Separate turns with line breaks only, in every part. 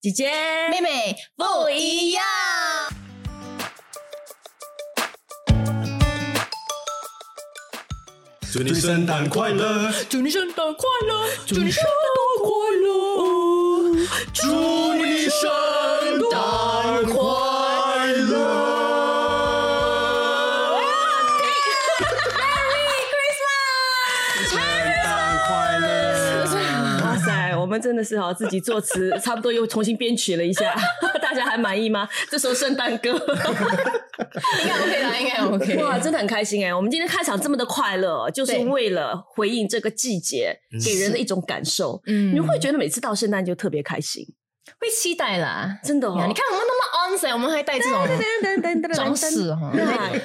姐姐、
妹妹
不一样。
祝你圣诞快乐，
祝你圣诞快乐，祝你圣诞快乐，
祝你圣诞快乐，圣诞快乐。
哇塞，我们真的是哈自己作词，差不多又重新编曲了一 下，大家还满意吗？这首圣诞歌，
应该 OK 啦，应该 OK。
哇，真的很开心哎！我们今天开场这么的快乐，哦就是
对
为了回应这个季节给人的一种感受。
嗯
你会觉得每次到圣诞就特别开心，
会期待啦。
真的
呀
哦
你。看我们那么 on 噻，我们还戴这种
啊
装饰哦哈，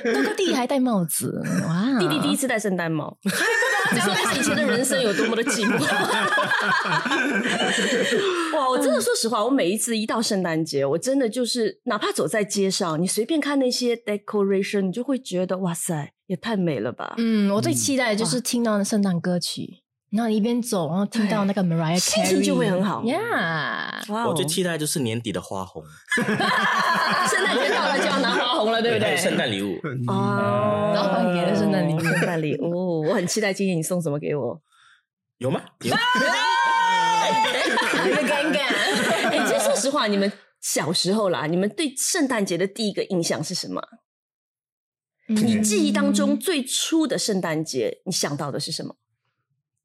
对
哥哥弟弟还戴帽子，哇！
弟弟第一次戴圣诞 帽，
这样
说他以前的人生有多么的寂 寞。哇，我真的说实话，我每一次一到圣诞节，我真的就是哪怕走在街上，你随便看那些 decoration，你就会觉得哇塞，也太美了吧！
嗯，我最期待的就是听到圣诞歌曲，然后你一边走，然后听到那个 Mariah
哎心
Carey，
情就会很好
呀。
哇哦
我最期待就是年底的花红，
啊圣诞节到了就要拿花红了，对不
还
对
有？圣诞礼嗯物，
哦，
老板给的圣诞礼物
圣诞礼物，我很期待今年你送什么给我。
有吗？有
有点尴尬。
哎，其实说实话，你们小时候啦，你们对圣诞节的第一个印象是什么？
嗯
你记忆当中最初的圣诞节，你想到的是什么？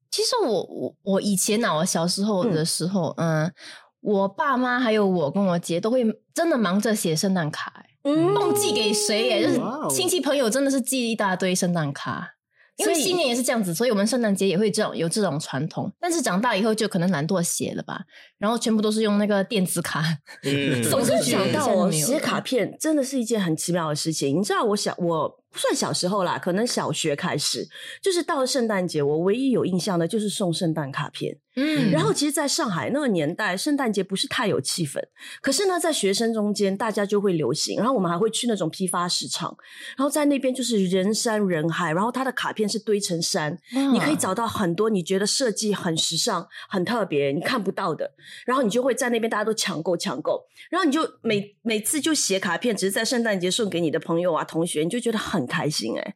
其实我我我以前呐、我小时候的时候，嗯，我爸妈还有我跟我姐都会真的忙着写圣诞卡、欸，
嗯
忘记给谁耶、就
哇哦
是亲戚朋友真的是寄一大堆圣诞卡。因为
所以
新年也是这样子，所以我们圣诞节也会这种有这种传统。但是长大以后就可能懒惰写了吧，然后全部都是用那个电子卡。
嗯，
我
送
真
出
的
去
想到
现在
哦，
没有
写
了
卡片真的是一件很奇妙的事情。你知道，我小我不算小时候啦，可能小学开始，就是到了圣诞节，我唯一有印象的就是送圣诞卡片。
嗯
然后，其实在上海那个年代，圣诞节不是太有气氛，可是呢，在学生中间，大家就会流行。然后我们还会去那种批发市场，然后在那边就是人山人海，然后它的卡片是堆成山，你可以找到很多你觉得设计很时尚、很特别、你看不到的，然后你就会在那边大家都抢购抢购，然后你就每每次就写卡片，只是在圣诞节送给你的朋友啊、同学，你就觉得很开心哎、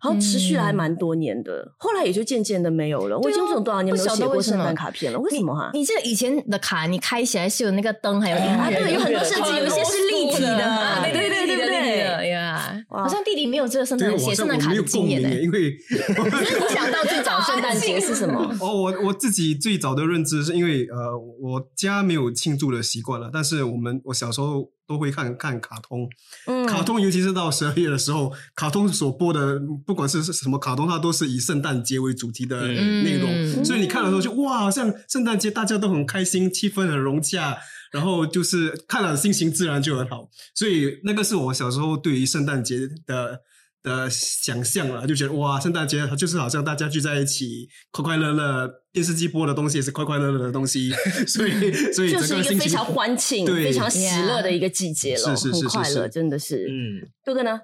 好像持续了还蛮多年的，后来也就渐渐的没有了。我已经
对啊
有多少年没
不
有
晓
写
得
过
为什
圣
么
诞卡片了？为什么哈、
你你记得以前的卡，你开起来是有那个灯，还有音乐，
啊对有很多设计有一些是立体的
啊对对对对对
立体的立体
对
的
呀！
哇
好像弟弟没有这个圣
对，
诞写
我
圣
我
诞卡
没
的
有
经
共
验
鸣
呢。
耶，因为
你想到最早圣诞节是什么？
哦，我我自己最早的认知是因为呃，我家没有庆祝的习惯了，但是我们我小时候都会看看卡通，
嗯
卡通尤其是到十二月的时候，卡通所播的不管是是什么卡通，它都是以圣诞节为主题的
嗯
内容，
嗯
所以你看的时候就哇，好像圣诞节大家都很开心，气氛很融洽。然后就是看了心情自然就很好，所以那个是我小时候对于圣诞节的的想象了，就觉得哇，圣诞节就是好像大家聚在一起，快快乐乐，电视机播的东西也是快快乐乐的东西， 所以所以
就
整
是一
个
个
心
非
情
常欢庆、
对
非常喜乐的一个季节了，
是是是
很
是
快乐，
是
真的是。
嗯，
豆哥呢？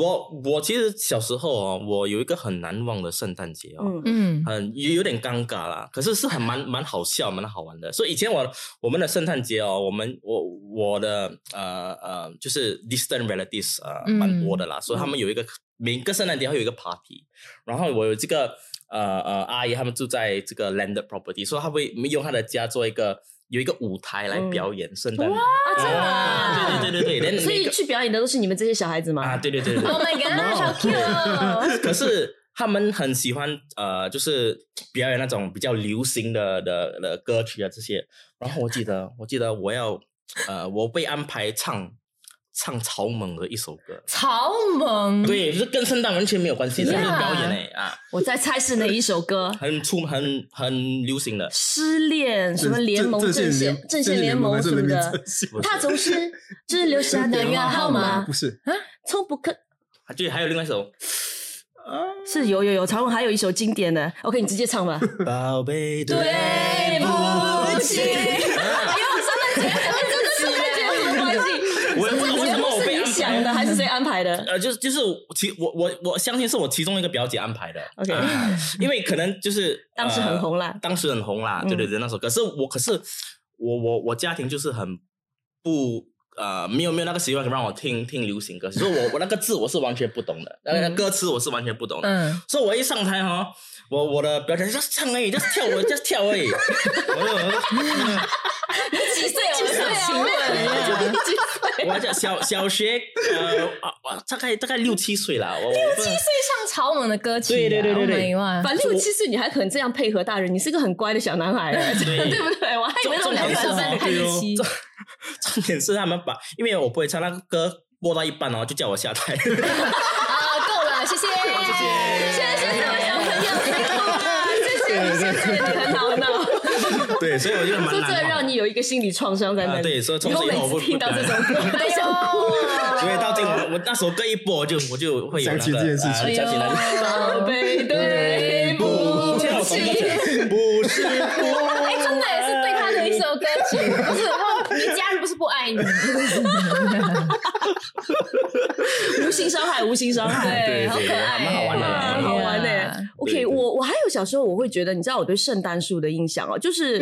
我我其实小时候哦，我有一个很难忘的圣诞节哦，
嗯
嗯
很有有点尴尬啦，可是是很蛮蛮好笑、蛮好玩的。所以以前我我们的圣诞节哦，我们我我的呃呃，就是 distant relatives 啊、呃，
嗯
蛮多的啦，所以他们有一个每个圣诞节会有一个 party，然后我有这个呃呃阿姨，他们住在这个 landed property，所以他会用他的家做一个有一个舞台来
嗯
表演圣诞。
啊，真的啊
啊！对对对对对，连
所
每
以
个
去表演的都是你们这些小孩子吗？
啊，对对对对对
，Oh my god，好 cute！
可是他们很喜欢呃，就是表演那种比较流行的的的歌曲啊这些。然后我记得，我记得我要呃，我被安排唱唱草蜢的一首歌。
草蜢，
对，就是跟圣诞完全没有关系的
Yeah
那个表演哎、啊，？
我在猜是哪一首歌
很出很很流行的，
失恋什么
这
联盟
这
阵线阵线联盟
还
什
是
么
联盟
的，他总是只留下电话号码
不，是
从不肯。
啊对，还有另外一首
是有有有，常文还有一首经典的，OK，你直接唱吧。
《宝贝对
对不起，
哎真的觉得很关系。
我也不知道为什么我
是
被安
你
排
想的还是谁安排 的？
呃，就是就是其我我我相信是我其中一个表姐安排的
OK
啊因为可能就是
当时很红啦
呃当时很红啦，
嗯
对对对，那首歌。可是我可是我我我家庭就是很不呃没有没有那个习惯让我听听流行歌曲，所以我我那个字我是完全不懂的，那个
嗯
歌词我是完全不懂的。
嗯，
所以我一上台哈，我我的表姐就是唱而已，就是跳而已，就是跳而已。
几岁？我
岁
想
啊
请问一下，
我还讲小小学呃啊啊，大概大概六七岁啦，我六
七岁唱潮文的歌曲啊，
对对对对对
Oh my god
反正六七岁你还肯这样配合大人，你是个很乖的小男孩，啊
对
对不对？我还以为那种
重
两
点
百
是
分
还
对哦
七，
重点是他们把，因为我不会唱那个歌，播到一半哦，就叫我下台。
啊，够了，谢谢，
谢
现在现在的小朋友太酷了，谢谢你，谢谢你，很好很好。
对，所以 我觉得蛮
说
难
这
忘
让
的。
你有一个心理创伤在那里。
啊对所以从
以后
此以
每
后我不
次听到这种歌都想哭。
哭
所以到今我我那首歌一播，我就我就会有
想
那
起
个
这件事情
啊想起来。
哎
宝贝，对不
不，
起
现在我懂了不是不，
哎，真的也是对他的一首歌曲，不是，他你家人不是不爱你，
无心伤害，无心伤 害，
对对
好可
对
爱，
蛮好玩的
啊
蛮
好玩
的
呢、
呀。
OK，
对对
我我还有小时候，我会觉得，你知道我对圣诞树的印象哦，就是。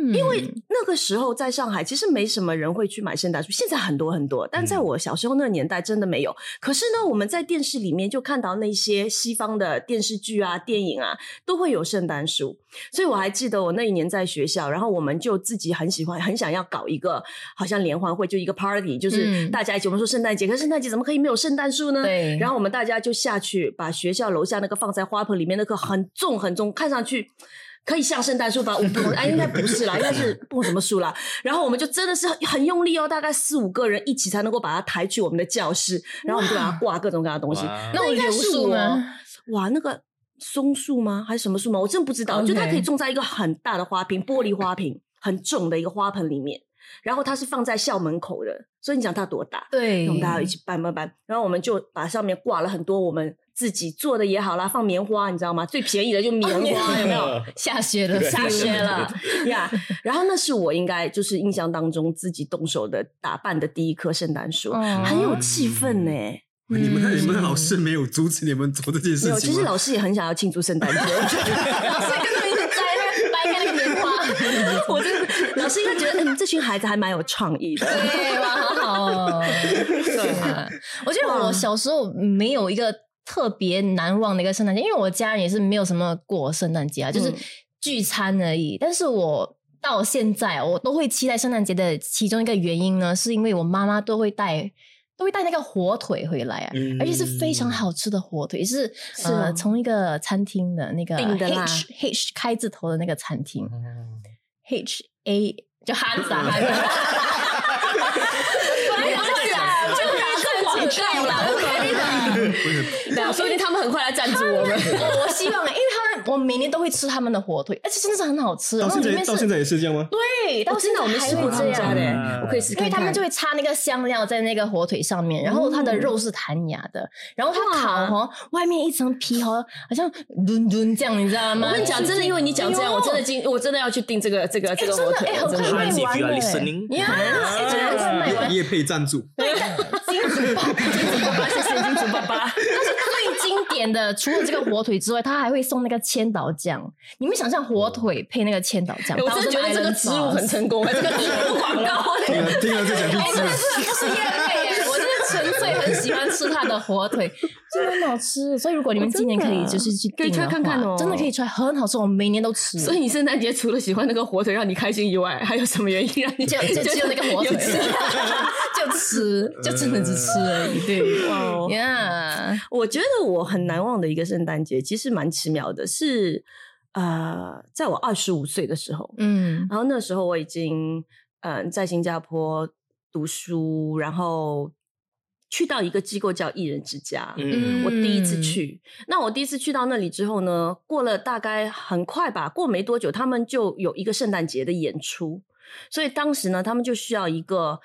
嗯，
因为那个时候在上海，其实没什么人会去买圣诞树，现在很多很多，但
嗯
在我小时候那个年代真的没有。可是呢，我们在电视里面就看到那些西方的电视剧啊、电影啊，都会有圣诞树。所以我还记得我那一年在学校，然后我们就自己很喜欢，很想要搞一个好像联欢会，就一个 party，就是
嗯
大家一起。我们说圣诞节，可是圣诞节怎么可以没有圣诞树呢？
对
然后我们大家就下去，把学校楼下那个放在花盆里面那棵很重很重，看上去。可以像圣诞树吧？我不，哎，应该不是啦，应该是不什么树啦。然后我们就真的是很用力哦，大概四五个人一起才能够把它抬去我们的教室，然后我们就把它挂各种各样的东西。
哇
那
应该
柳
是
树
我
吗？
哇，那个松树吗？还是什么树吗？我真不知道。就它
OK
可以种在一个很大的花瓶，玻璃花瓶，很重的一个花盆里面。然后它是放在校门口的，所以你想它多大？
对，
我们大家一起搬搬搬，然后我们就把上面挂了很多我们自己做的也好啦，放棉花，你知道吗？最便宜的就棉
棉花
花，有没
呃
有？
下雪了，
下雪了呀 然后那是我应该就是印象当中自己动手的打扮的第一棵圣诞树，
哦
很有气氛呢、
你们
嗯
你们老师没有阻止你们做这件
没
事
有，其实
情吗？
老师也很想要庆祝圣诞 节，我觉得
老师跟他们一直在那掰开那个棉花，
我真的，老师应该觉得，嗯，这群孩子还蛮有创 意的。
对，哇，好好哦。对啊，我觉得我小时候没有一个特别难忘的一个圣诞节，因为我家人也是没有什么过圣诞节啊，就是
嗯
聚餐而已。但是我到现在，我都会期待圣诞节的其中一个原因呢，是因为我妈妈都会带。都会带那个火腿回来啊，
嗯
而且是非常好吃的火腿，是
是
呃
吗
从一个餐厅的那个
订的啦
H H 开字头的那个餐厅，H A 就哈子啊，哈子。 没有是啊，就
就
打算
打算
了。
对，说不定他们很快来赞助我们。
我我希望，因为他们我每年都会吃他们的火腿，而且真的是很好吃。然
到
后
现
里
在
面是
到现在也是这样吗？
对，到
我
现
真
在
的我没
还
吃
会
过
这
他们家
样
的
嗯
欸，我可以试
因为
看看。
他们就会插那个香料在那个火腿上面，然后它
嗯
的肉是弹牙的，然后它烤哦，外面一层皮哦，好像墩墩这样，你知道吗？
我跟你讲，真的，因为你讲这样，
哎呦
我真的今我真的要去订这个这个这个
真的
火腿
哎
了，
很
真
快
的。
卖
Friends, if
完
you are
了
listening，嗯
呀，哎真的快卖完了
也也配赞助？
金主爸爸，金主爸爸，谢谢金主爸 爸。但是最经典的，除了这个火腿之外，他还会送那个千岛酱。你们想象火腿配那个千岛酱，
哎我真的觉得这个植入很成功，哎这个植入广 告。
听了听了就想去
哎，
吃
真的
了。
是不是叶配耶？我真的纯粹很喜欢吃它的火腿， 真的很好吃。所以如果你们今年可以就是去
可以
订的
去看看
话
哦
真的可以 try，很好吃，我每年都吃。
所以你圣诞节除了喜欢那个火腿让你开心以外，还有什么原因让你
就就只有那个火腿， 就吃，就真的只吃而已。对，
哇哦
呀，
我觉得我很难忘的一个圣诞节，其实蛮奇妙的，是呃，在我二十五岁的时候，
嗯，
然后那时候我已经嗯、呃在新加坡读书，然后去到一个机构叫艺人之家，
嗯
我第一次去。那我第一次去到那里之后呢，过了大概很快吧，过没多久，他们就有一个圣诞节的演出，所以当时呢，他们就需要一个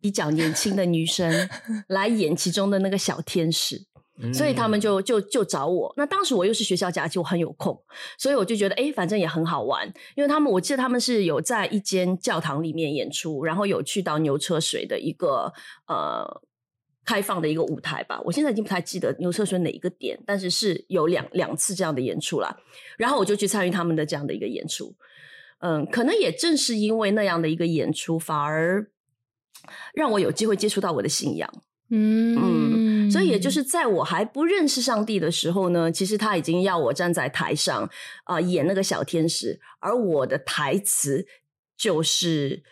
比较年轻的女生来演其中的那个小天使。
嗯
嗯所以他们就就就找我。那当时我又是学校假期，我很有空，所以我就觉得，哎，反正也很好玩。因为他们，我记得他们是有在一间教堂里面演出，然后有去到牛车水的一个呃开放的一个舞台吧。我现在已经不太记得牛车水哪一个点，但是是有两两次这样的演出啦。然后我就去参与他们的这样的一个演出。嗯，可能也正是因为那样的一个演出，反而让我有机会接触到我的信仰。
嗯
所以也就是在我还不认识上帝的时候呢，其实他已经要我站在台上啊、演那个小天使，而我的台词就是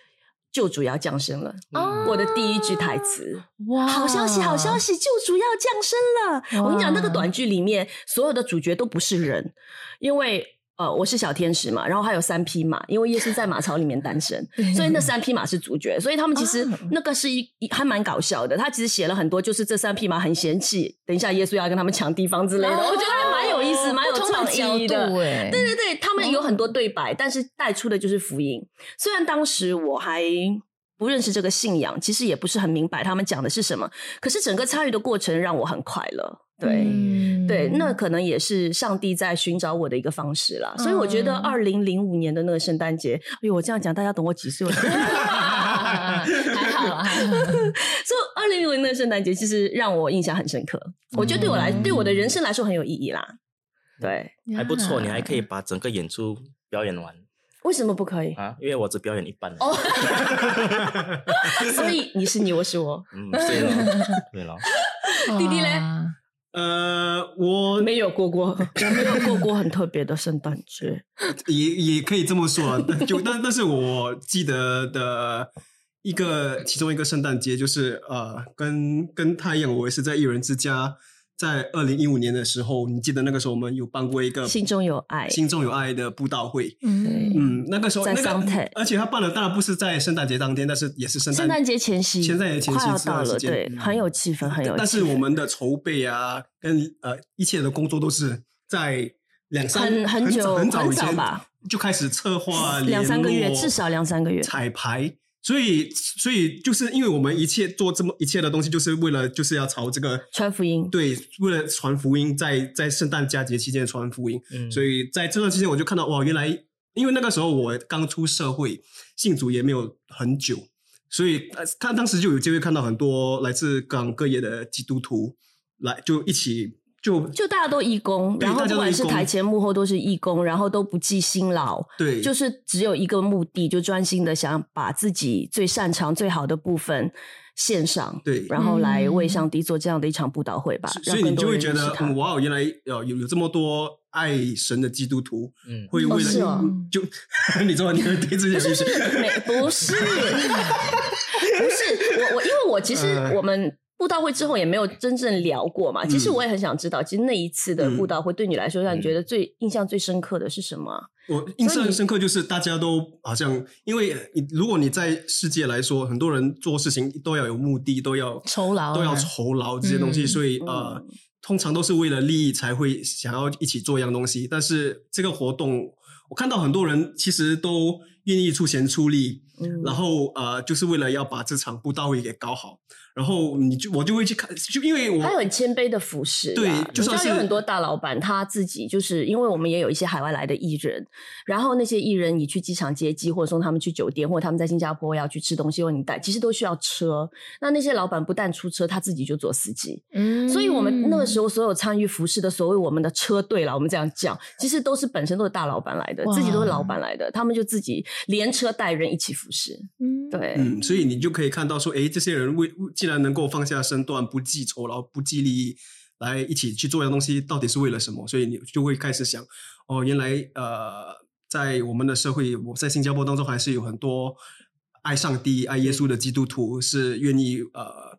救主要降生了，
嗯
哦
我的第一句台词。
哇，
好消息，好消！息！救主要降生了！我跟你讲，
啊
那
哇
个短剧里面所有的主角都不是人，因为呃，我是小天使嘛，然后还有三匹马，因为耶稣在马槽里面诞 生，所以那三匹马是主角，所以他们其实
啊
那个是一一还蛮搞笑的。他其实写了很多，就是这三匹马很嫌弃，等一下耶稣要跟他们抢地方 之类的，我觉得还蛮有意 思，蛮有
哦不同的
创意
角度哎，
对对哦对，他们有很多对白，但是带出的就是福音。虽然当时我还不认识这个信仰，其实也不是很明白他们讲的是什么，可是整个参与的过程让我很快乐。对、
嗯
对， 那可能也是上帝在寻找我的一个方式啦。所以我觉得
嗯
二零零五年的那个圣诞节，哎呦，我这样讲大家懂我几岁 了？
还好啊，还好
所以二零零五年的圣诞节其实让我印象很深刻，我觉得对我来，
嗯
对我的人生来说很有意义啦。对，
还不错，你还可以把整个演出表演完
为什么不可以？
啊，因为我只表演一半。
哦，
所以你是你，我是我，
嗯，对了，对了，
弟弟嘞
哇
呃，我
没有过过， 我没有过过很特别的圣诞节。
也也可以这么说啊，但就但但是我记得的一个其中一个圣诞节就是呃，跟跟他一样，我也是在一人之家，在二零一五年的时候，你记得那个时候我们有办过一个
心中有爱
心中有爱的布道会，
嗯
嗯，那个时候
在
那个
Suntec
而且他办的当然不是在圣诞节当天，但是也是 圣诞
圣诞节前夕，
圣诞节前夕
快要
这段
到了，
时间
对，
嗯
很有气氛，很有气氛。
但是我们的筹备啊，跟呃一切的工作都是在两三
很很
很早
久
很早
很
以
早
前
吧
就开始策划
两三个月
联络
至少两三个月
彩排。所以，所以就是因为我们一切做这么一切的东西，就是为了就是要朝这个
传福音
对，为了传福音，在在圣诞佳节期间传福音。
嗯，
所以在这段期间，我就看到哇，原来因为那个时候我刚出社会，信主也没有很久，所以呃他当时就有机会看到很多来自各行各业的基督徒来就一起就
就大家都义工，
对
然后
大家
不
都
管
义
是
工
台前幕后都是义工，然后都不计辛劳，
对，
就是只有一个目的，就专心的想把自己最擅长、最好的部分献上，
对
然后来为
嗯
上帝做这样的一场布道会吧。
所
让
以你
更
就
多
会
人
觉
认
得
识他
嗯哇，原来呃有有这么多爱神的基督徒
嗯，
会为
哦是
了、
哦
就 你知道你会对自己有一些
没不 是不是我我因为我其实
呃
我们布道会之后也没有真正聊过嘛，其实
嗯
我也很想知道，其实那一次的布道会对你来说，让你
嗯
觉得最印象最深刻的是什么啊？
我印
所以
象
你
深刻就是大家都好像，因为你如果你在世界来说，很多人做事情都要有目的，都要
酬劳啊
都要酬劳这些东西，
嗯
所以
嗯
呃，通常都是为了利益才会想要一起做一样东西。但是这个活动，我看到很多人其实都愿意出钱出力，
嗯
然后呃，就是为了要把这场布道会给搞好。然后你就我就会去看，就因为我
还有很谦卑的服饰、啊，
对
你知
就算
道
是
有很多大老板他自己就是，因为我们也有一些海外来的艺人，然后那些艺人你去机场接机，或者送他们去酒店，或者他们在新加坡要去吃东西，或者你带，其实都需要车。那那些老板不但出车，他自己就做司机，
嗯
所以我们那个时候所有参与服饰的所谓我们的车队啦，我们这样讲，其实都是本身都是大老板来的，
哇
自己都是老板来的，他们就自己连车带人一起服饰，
嗯
对。
嗯，所以你就可以看到说，诶，这些人为为竟然能够放下身段，不计酬劳，不计利益，来一起去做的东西，到底是为了什么？所以你就会开始想，哦，原来呃，在我们的社会，我在新加坡当中还是有很多爱上帝、爱耶稣的基督徒是愿意呃。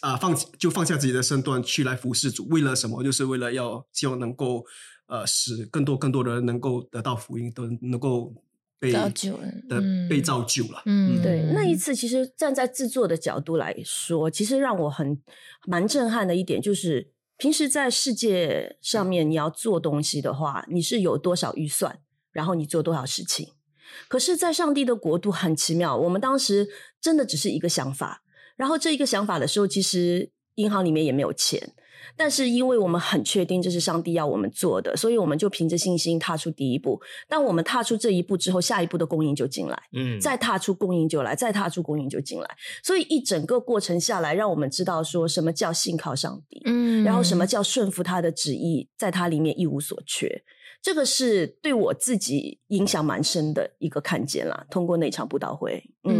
啊，放就放下自己的身段去来服侍主，为了什么？就是为了要希望能够，呃，使更多更多的人能够得到福音，都能够被
造就
的
嗯
被造就了。
嗯
对，那一次其实站在制作的角度来说，其实让我很蛮震撼的一点就是，平时在世界上面你要做东西的话，你是有多少预算，然后你做多少事情。可是，在上帝的国度很奇妙，我们当时真的只是一个想法，然后这一个想法的时候，其实银行里面也没有钱。但是，因为我们很确定这是上帝要我们做的，所以我们就凭着信心踏出第一步。当我们踏出这一步之后，下一步的供应就进来。
嗯，
再踏出供应就来，再踏出供应就进来。所以一整个过程下来，让我们知道说什么叫信靠上帝，
嗯
然后什么叫顺服他的旨意，在他里面一无所缺。这个是对我自己影响蛮深的一个看见啦。通过那场布道会，嗯，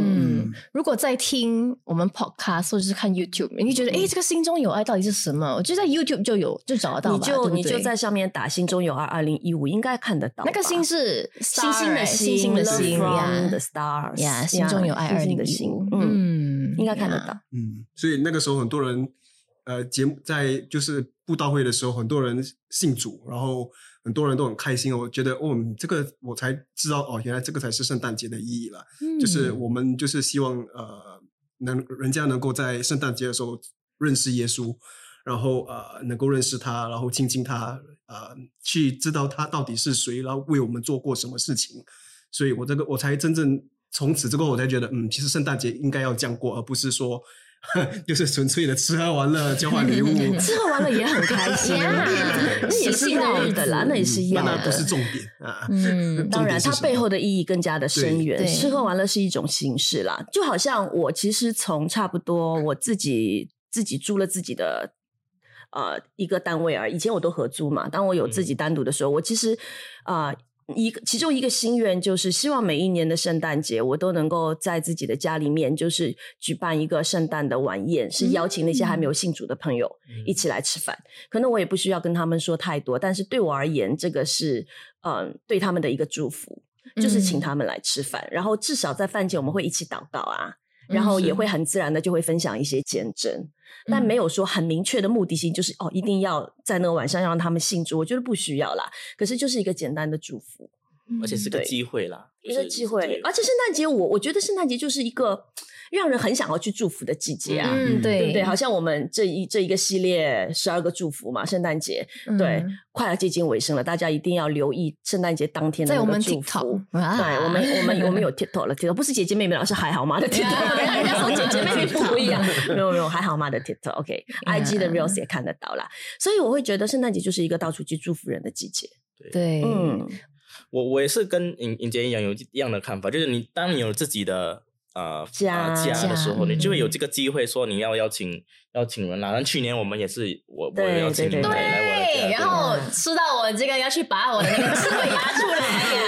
嗯，如果在听我们 podcast 或者是看 YouTube，你就觉得
嗯
哎、诶这个心中有爱到底是什么？我就在 YouTube 就有就找得到吧，
你就
对不对
你就在上面打“心中有爱”，二零一五应该看得到吧。
那个心是
星
星
星
星
的
的
星，
星星的星
Love from
呀
the stars，
呀，心中有爱二
星
零
的
一
星
五，，
嗯，
嗯
应该看得
呀
到。
嗯，所以那个时候很多人，呃，节目在就是布道会的时候，很多人信主，然后很多人都很开心哦。我觉得哦，这个我才知道哦，原来这个才是圣诞节的意义了。
嗯
就是
嗯
我们就是希望呃，能人家能够在圣诞节的时候认识耶稣，然后呃能够认识他，然后亲近他，呃去知道他到底是谁，然后为我们做过什么事情。所以我这个我才真正从此之后，我才觉得嗯，其实圣诞节应该要这样过，而不是说 就是纯粹的吃喝玩乐、交换礼物。
吃喝玩乐也很开心，
Yeah
那也是要的啦， 那也是要
嗯那不是
的。
重点啊。
嗯
当然，
重点是
它
什么
背后的意义更加的深远。
对对
吃喝玩乐是一种形式啦，就好像我其实从差不多我自己自己租了自己的呃一个单位而已以前我都合租嘛。当我有
嗯
自己单独的时候，我其实啊。呃一个其中一个心愿就是希望每一年的圣诞节，我都能够在自己的家里面，就是举办一个圣诞的晚宴，是邀请那些还没有信主的朋友
嗯
一起来吃饭。可能我也不需要跟他们说太多，但是对我而言，这个是嗯、呃对他们的一个祝福，就是请他们来吃饭，然后至少在饭前我们会一起祷告啊，然后也会很自然的就会分享一些见证，但没有说很明确的目的性，就是哦一定要在那个晚上要让他们信主，我觉得不需要啦。可是就是一个简单的祝福，
嗯
而且是
嗯
个
对
机会啦，
一个机会，哎而
且
且圣诞节我我觉得圣诞节就是一个让人很想要去祝福的季节啊。
嗯，对
对不对？好像我们这一这一个系列十二个祝福嘛，圣诞节对，
嗯
快要接近尾声了，大家一定要留意圣诞节当天的
在我
那个
们
祝福
TikTok。啊
对，我们我们我们有 TikTok 了，TikTok 不是姐姐妹妹了，是还好吗的 TikTok，人家说姐姐妹妹不一样， 嗯没有没有还好吗的 TikTok，OK，IG 的 Reels 也看得到啦，所以我会觉得圣诞节就是一个到处去祝福人的季节，
对，
嗯，
我我也是跟尹尹杰一样有一样的看法，就是你当你有自己的呃
啊家
呃家的时候，
家
你就会有这个机会说你要邀请邀请人啦。然后去年我们也是我我
对
也邀请你
对
们来来我的家，
对，然后吃到我这个要去拔我的那个智慧牙出来哎呀，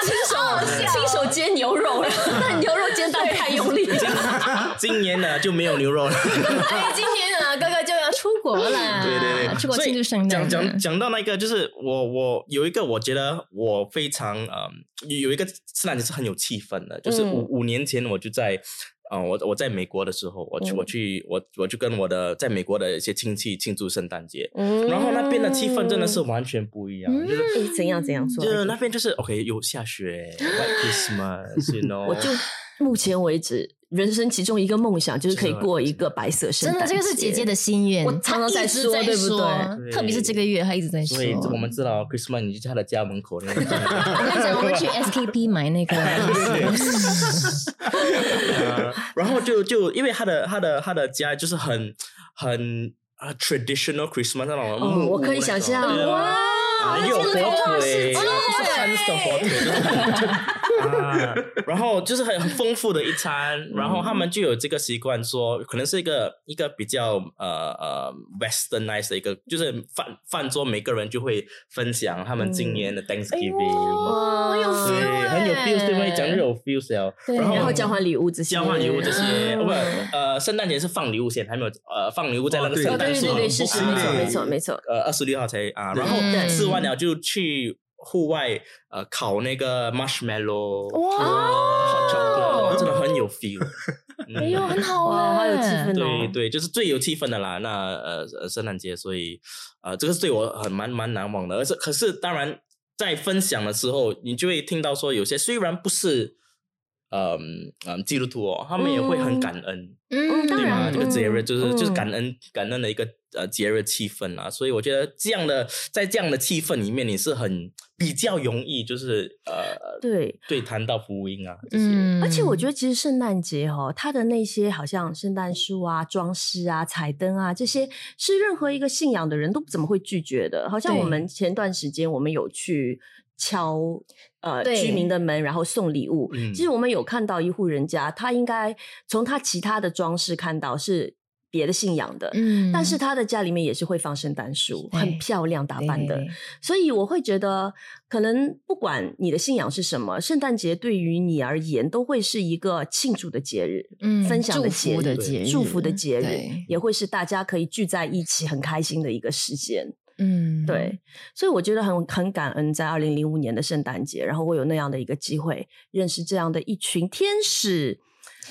亲手
啊
亲手煎牛肉，但牛肉煎蛋太用力了，
今年呢就没有牛肉了。
哎，今年啊，哥哥就要出国了，
对对对，
出国
所以
庆祝啊圣诞
讲
了，
讲讲到那个，就是我我有一个，我觉得我非常呃，有有一个圣诞节是很有气氛的，就是
嗯
五、五年前我就在。啊、我我在美国的时候，我去、
嗯
我去我我就跟我的在美国的一些亲戚庆祝圣诞节，
嗯
然后那边的气氛真的是完全不一样，就是
哎怎样怎样
嗯
说
就是那
来听，
边就是 OK 有下雪，White Christmas，you know，
我就目前为止人生其中一个梦想就是可以过一个白色圣
真
诞，
的，这个是姐姐。的心愿，
我常常在
她一直
说
在
对不
说
对
对
特别是这个月，她一直在说。
所以我们知道 Christmas 你就在他的家门口那个
我跟你讲，我 们去 SKP 买那个，
呃然后就就因为他的他的他的家就是很很啊 traditional Christmas 那种木
哦，
屋
我可以
那
想
种
象，
对
哇，
啊
那
又有
真
火
的有画
腿，
世
不
界
是韩式的火腿，就是 那种啊，然后就是很很丰富的一餐，然后他们就有这个习惯说，可能是一个一个比较呃呃 westernized 的一个，就是饭饭桌每个人就会分享他们今年的 Thanksgiving，、
哇，很
嗯哎
有
哇
feel，
对，
欸
很有 feel，对不对？讲就有 feel 了，
对
然后
然后交换礼物这些，
交换礼物这些，
嗯
不，呃，圣诞节是放礼物先，还没有呃放礼物在那
哦
个
对
哦，对
圣诞
对
树
对
上，
对，是是
啊
没错没错没错，
呃，二十六号才啊，
对
然后
嗯
吃完了就去户外呃烤那个 marshmallow，呃
哇
，hot chocolate，真的很有 feel。
哎呦，
嗯
很好
哇，
啊，
好有气氛
对
哦，
对，就是最有气氛的啦。那呃呃，圣诞节，所以呃，这个是对我很蛮蛮难忘的。而是可是当然，在分享的时候，你就会听到说，有些虽然不是嗯嗯、基督徒哦，他们也会很感恩。
嗯
嗯，
当
对吗？
然
这个节日
嗯
就是、就是
嗯
感恩感恩的一个呃节日气氛啊，所以我觉得这样的在这样的气氛里面，你是很比较容易就是呃
对。
对谈到福音啊这些。
嗯，
而且我觉得，其实圣诞节哦，它的那些好像圣诞树啊、装饰啊、彩灯啊，这些是任何一个信仰的人都不怎么会拒绝的。好像
对
我们前段时间我们有去敲呃
对
居民的门，然后送礼物。
嗯
其实我们有看到一户人家，他应该从他其他的装饰看到是。别的信仰的，
嗯
但是他的家里面也是会放圣诞树，
对
很漂亮打扮的
对。
所以我会觉得，可能不管你的信仰是什么，圣诞节对于你而言都会是一个庆祝的节日，
嗯
分享的节
祝福的
日，
节日
祝福的节日
对，
也会是大家可以聚在一起很开心的一个时间。
嗯，
对，所以我觉得很很感恩，在二零零五年的圣诞节，然后我有那样的一个机会，认识这样的一群天使，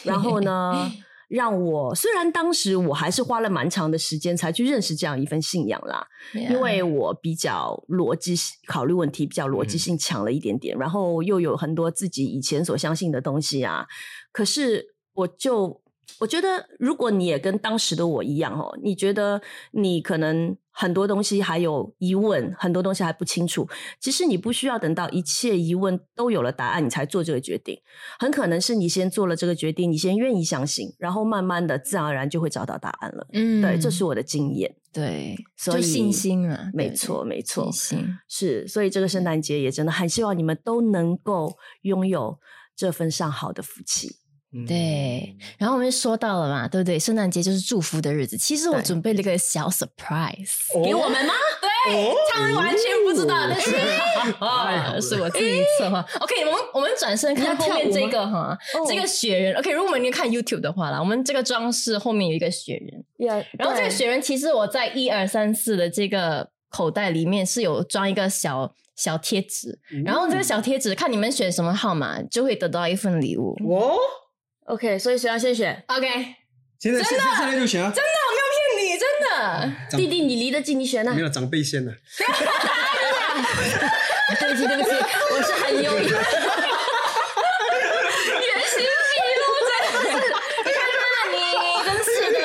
然后 呢，让我虽然当时我还是花了蛮长的时间才去认识这样一份信仰啦，
Yeah，
因为我比较逻辑性考虑问题比较逻辑性强了一点点，然后又有很多自己以前所相信的东西啊，可是我就我觉得，如果你也跟当时的我一样哦，你觉得你可能很多东西还有疑问，很多东西还不清楚，其实你不需要等到一切疑问都有了答案，你才做这个决定。很可能是你先做了这个决定，你先愿意相信，然后慢慢的自然而然就会找到答案了。
嗯，
对，这是我的经验。
对，
所
就
以
信心啊，对
没
不对
错，没错，
信心。
是，所以这个圣诞节也真的很希望你们都能够拥有这份上好的福气。
嗯
对，然后我们就说到了嘛，对不对？圣诞节就是祝福的日子。其实我
对
准备了一个小 surprise，
给我们吗？
哦
他们完全不知道，但 是
太好
啊，
了
是我自己策划。OK，我们我们转身看后面这个哈
哦，
这个雪人。OK，如果我们看 YouTube 的话啦，我们这个装饰后面有一个雪人，然后这个雪人其实我在一二三四的这个口袋里面是有装一个小小贴纸，然后这
嗯
个小贴纸看你们选什么号码，就会得到一份礼物。
我
哦 OK，所以谁要先选？
OK，骗
现在现在现在就选啊，
你真的。
长
弟弟，你离得近，你
啊
选呢、
嗯 没有长辈先了。
哎对不起，对不起，我是很优雅。
原形毕露，真的是，你看看你，真是的，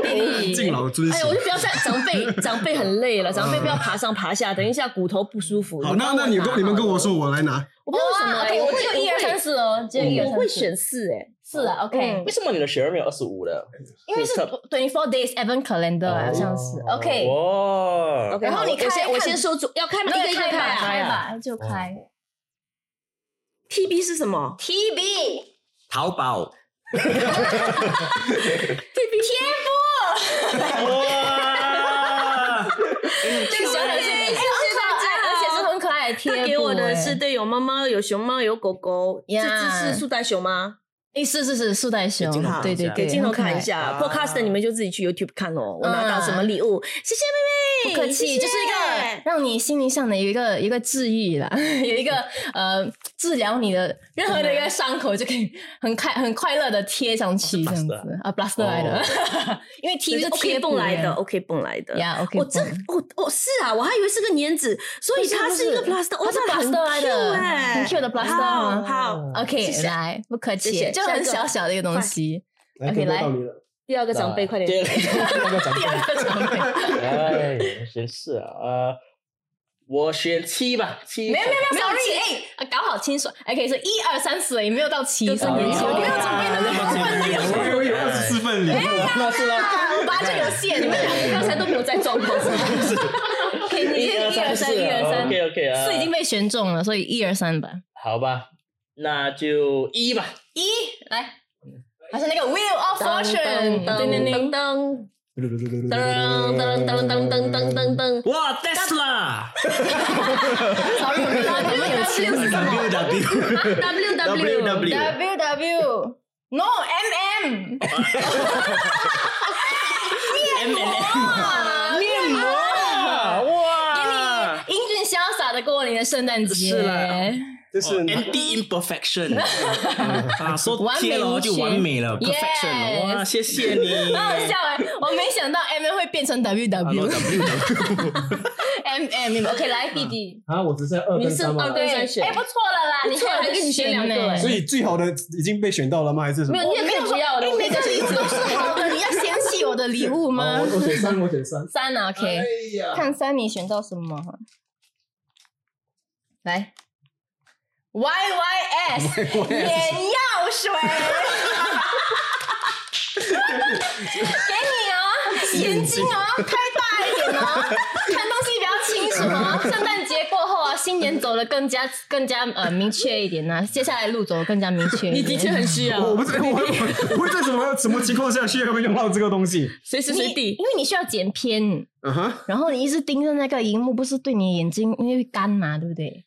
弟弟。
敬老尊
哎
贤
呀，我。就不要再长辈，长辈很累了，长辈不要爬上爬下，等一下骨头不舒服。
好，那
帮我
那你
拿
跟你们跟
好了
我，说，我来拿。
我不知道为什么、
哇
哎
，OK，
我
我
会
只有一二三，四哦，只有一
我
二
会我会
三四。
选四哎、
四啊，OK，
为什么你的学员没有二十五的？
因为是 twenty four days advent calendar 啊好像是
哦
OK。
哇
哎 OK，
然后
好
你
哦我
开
先我
看
先说主，要开吗？一个一个
开吧，
啊。
开吧，就开。
TB 是什么
TB
淘宝
贴
哇，
布，这个小冷
谢谢
是大家，而且是很可爱的贴布。
啊他给我的是
哎，
对，有猫猫，有熊猫，有狗狗。这
呀
只是树袋熊吗？
哎，是是是，束带熊
镜头看，
对
一
对
下
对，
给镜头
很可爱
看一。下。
啊
Podcast 你们就自己去 YouTube 看咯。我拿到什么礼物？谢谢
嗯不
妹妹，
客气，
谢谢
就是一个让你心灵上的有一个有一个治愈啦， 有一个呃治疗你的任何的一个伤口，就可以很开很快乐的贴上去这样子
plaster
啊，blaster 来的， 因为
这
T
是
是
OK
贴
蹦
布
来的，OK 蹦来的。哦
呀，OK，
我这我我是啊，我还以为是个粘纸，所以它是一个哦 plaster，
它是 plaster 来的，很 cute 的 plaster
哎好
啊
好，谢
，OK，
谢
来，不客
谢
气，
谢
就
下一
很
个
小小的一个东西，
来
OK，
轮
来
到你了
第二个长辈快点。
接下来那个长
第二个奖品，
辈， 哎，真是啊，呃，我选七吧，七，
没有没有没有，sorry，哎，搞好清楚，OK，是一二三四，也没有到七，哎
都是
没
年
有
轻人
准备那么多份礼物。
我以为二十四份礼物。
那是了，
我拔就有线，你们两个刚才都没有在状况上。OK，你先一二三，一二三，
，OK OK 啊，
四已经被选中了，所以一二三吧。
好吧，那就一吧，
一来，好像那个 Wheel of Fortune，噔噔噔噔，
噔噔噔噔噔噔噔噔，
哇，Tesla，
sorry，我们我们有七是什么
W
W W
W W
？W W No M M，
M M，
哇，面膜，
哇，
啊英俊潇洒的过你的圣诞节，
是啦
就
哦
是
anti imperfection 啊，说
完美
贴
无
了就
缺
完美了
Yes
，perfection，哇，谢谢你。
很好笑哎，我没想到 M M 会变成 W W M M。OK，来弟弟。
啊，我只剩二
你剩二跟三选
哎，，不错了啦，你
错
还
还给你选两个
欸
哎
所以最好的已经被选到了吗？还是什么
没？有，你也可以不要了。
哎，
我
每
跟你
个
讲
礼物都是好的，你要嫌弃我的礼物吗？
我选三，我选三。哎
三啊，OK，看三你选到什么哈？来，Y Y S 眼药 水，给你哦，眼睛哦，开大一点哦，看东西比较清楚哦。圣诞节过后啊，心年走的更加更加呃明确一点呢、接下来路走得更加明确
你
一点。
的确很需要，
哦
我不知我我我会在什么什么情况下需要用到这个东西？
随时
你
随地
因为你需要剪片，
嗯哼，
然后你一直盯着那个荧幕，不是对你的眼睛因为会干嘛，对不对？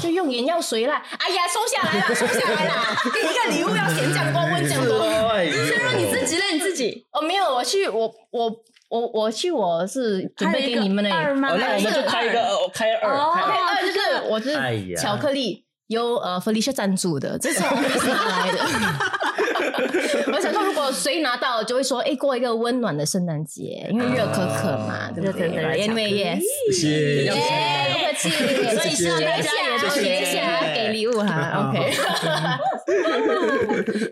就用眼药水啦！ 哎呀，收 下来啦，收下来啦！给你一个礼物，要咸酱多，温酱 多。
是
让你自己让你自己，
哦，没有，我去，我我我我去，我是准备给你们的。
还有一个二吗
哦，那我们就开 一个，呃开二，开
哦
二。
二就是我就
哎
是
呀
巧克力，由呃 Felicia 赞助的，这是从 Office 拿 来的。我想说，如果谁拿到，就会说，哎，过一个温暖的圣诞节，因为热可可嘛，对不对
哦热可可
？Anyway, yes，
谢谢。
要
耶，哎不客气，所以希望大家也多学一下给礼物哈，OK，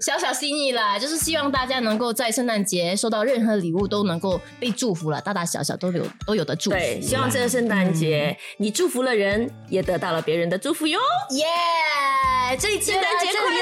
小 小心意啦，就是希望大家能够在圣诞节收到任何礼物都能够被祝福了，大大小小都有都有的祝福，嗯
对，希望这个圣诞节你祝福了人，也得到了别人的祝福哟。
耶，这一期
圣诞节快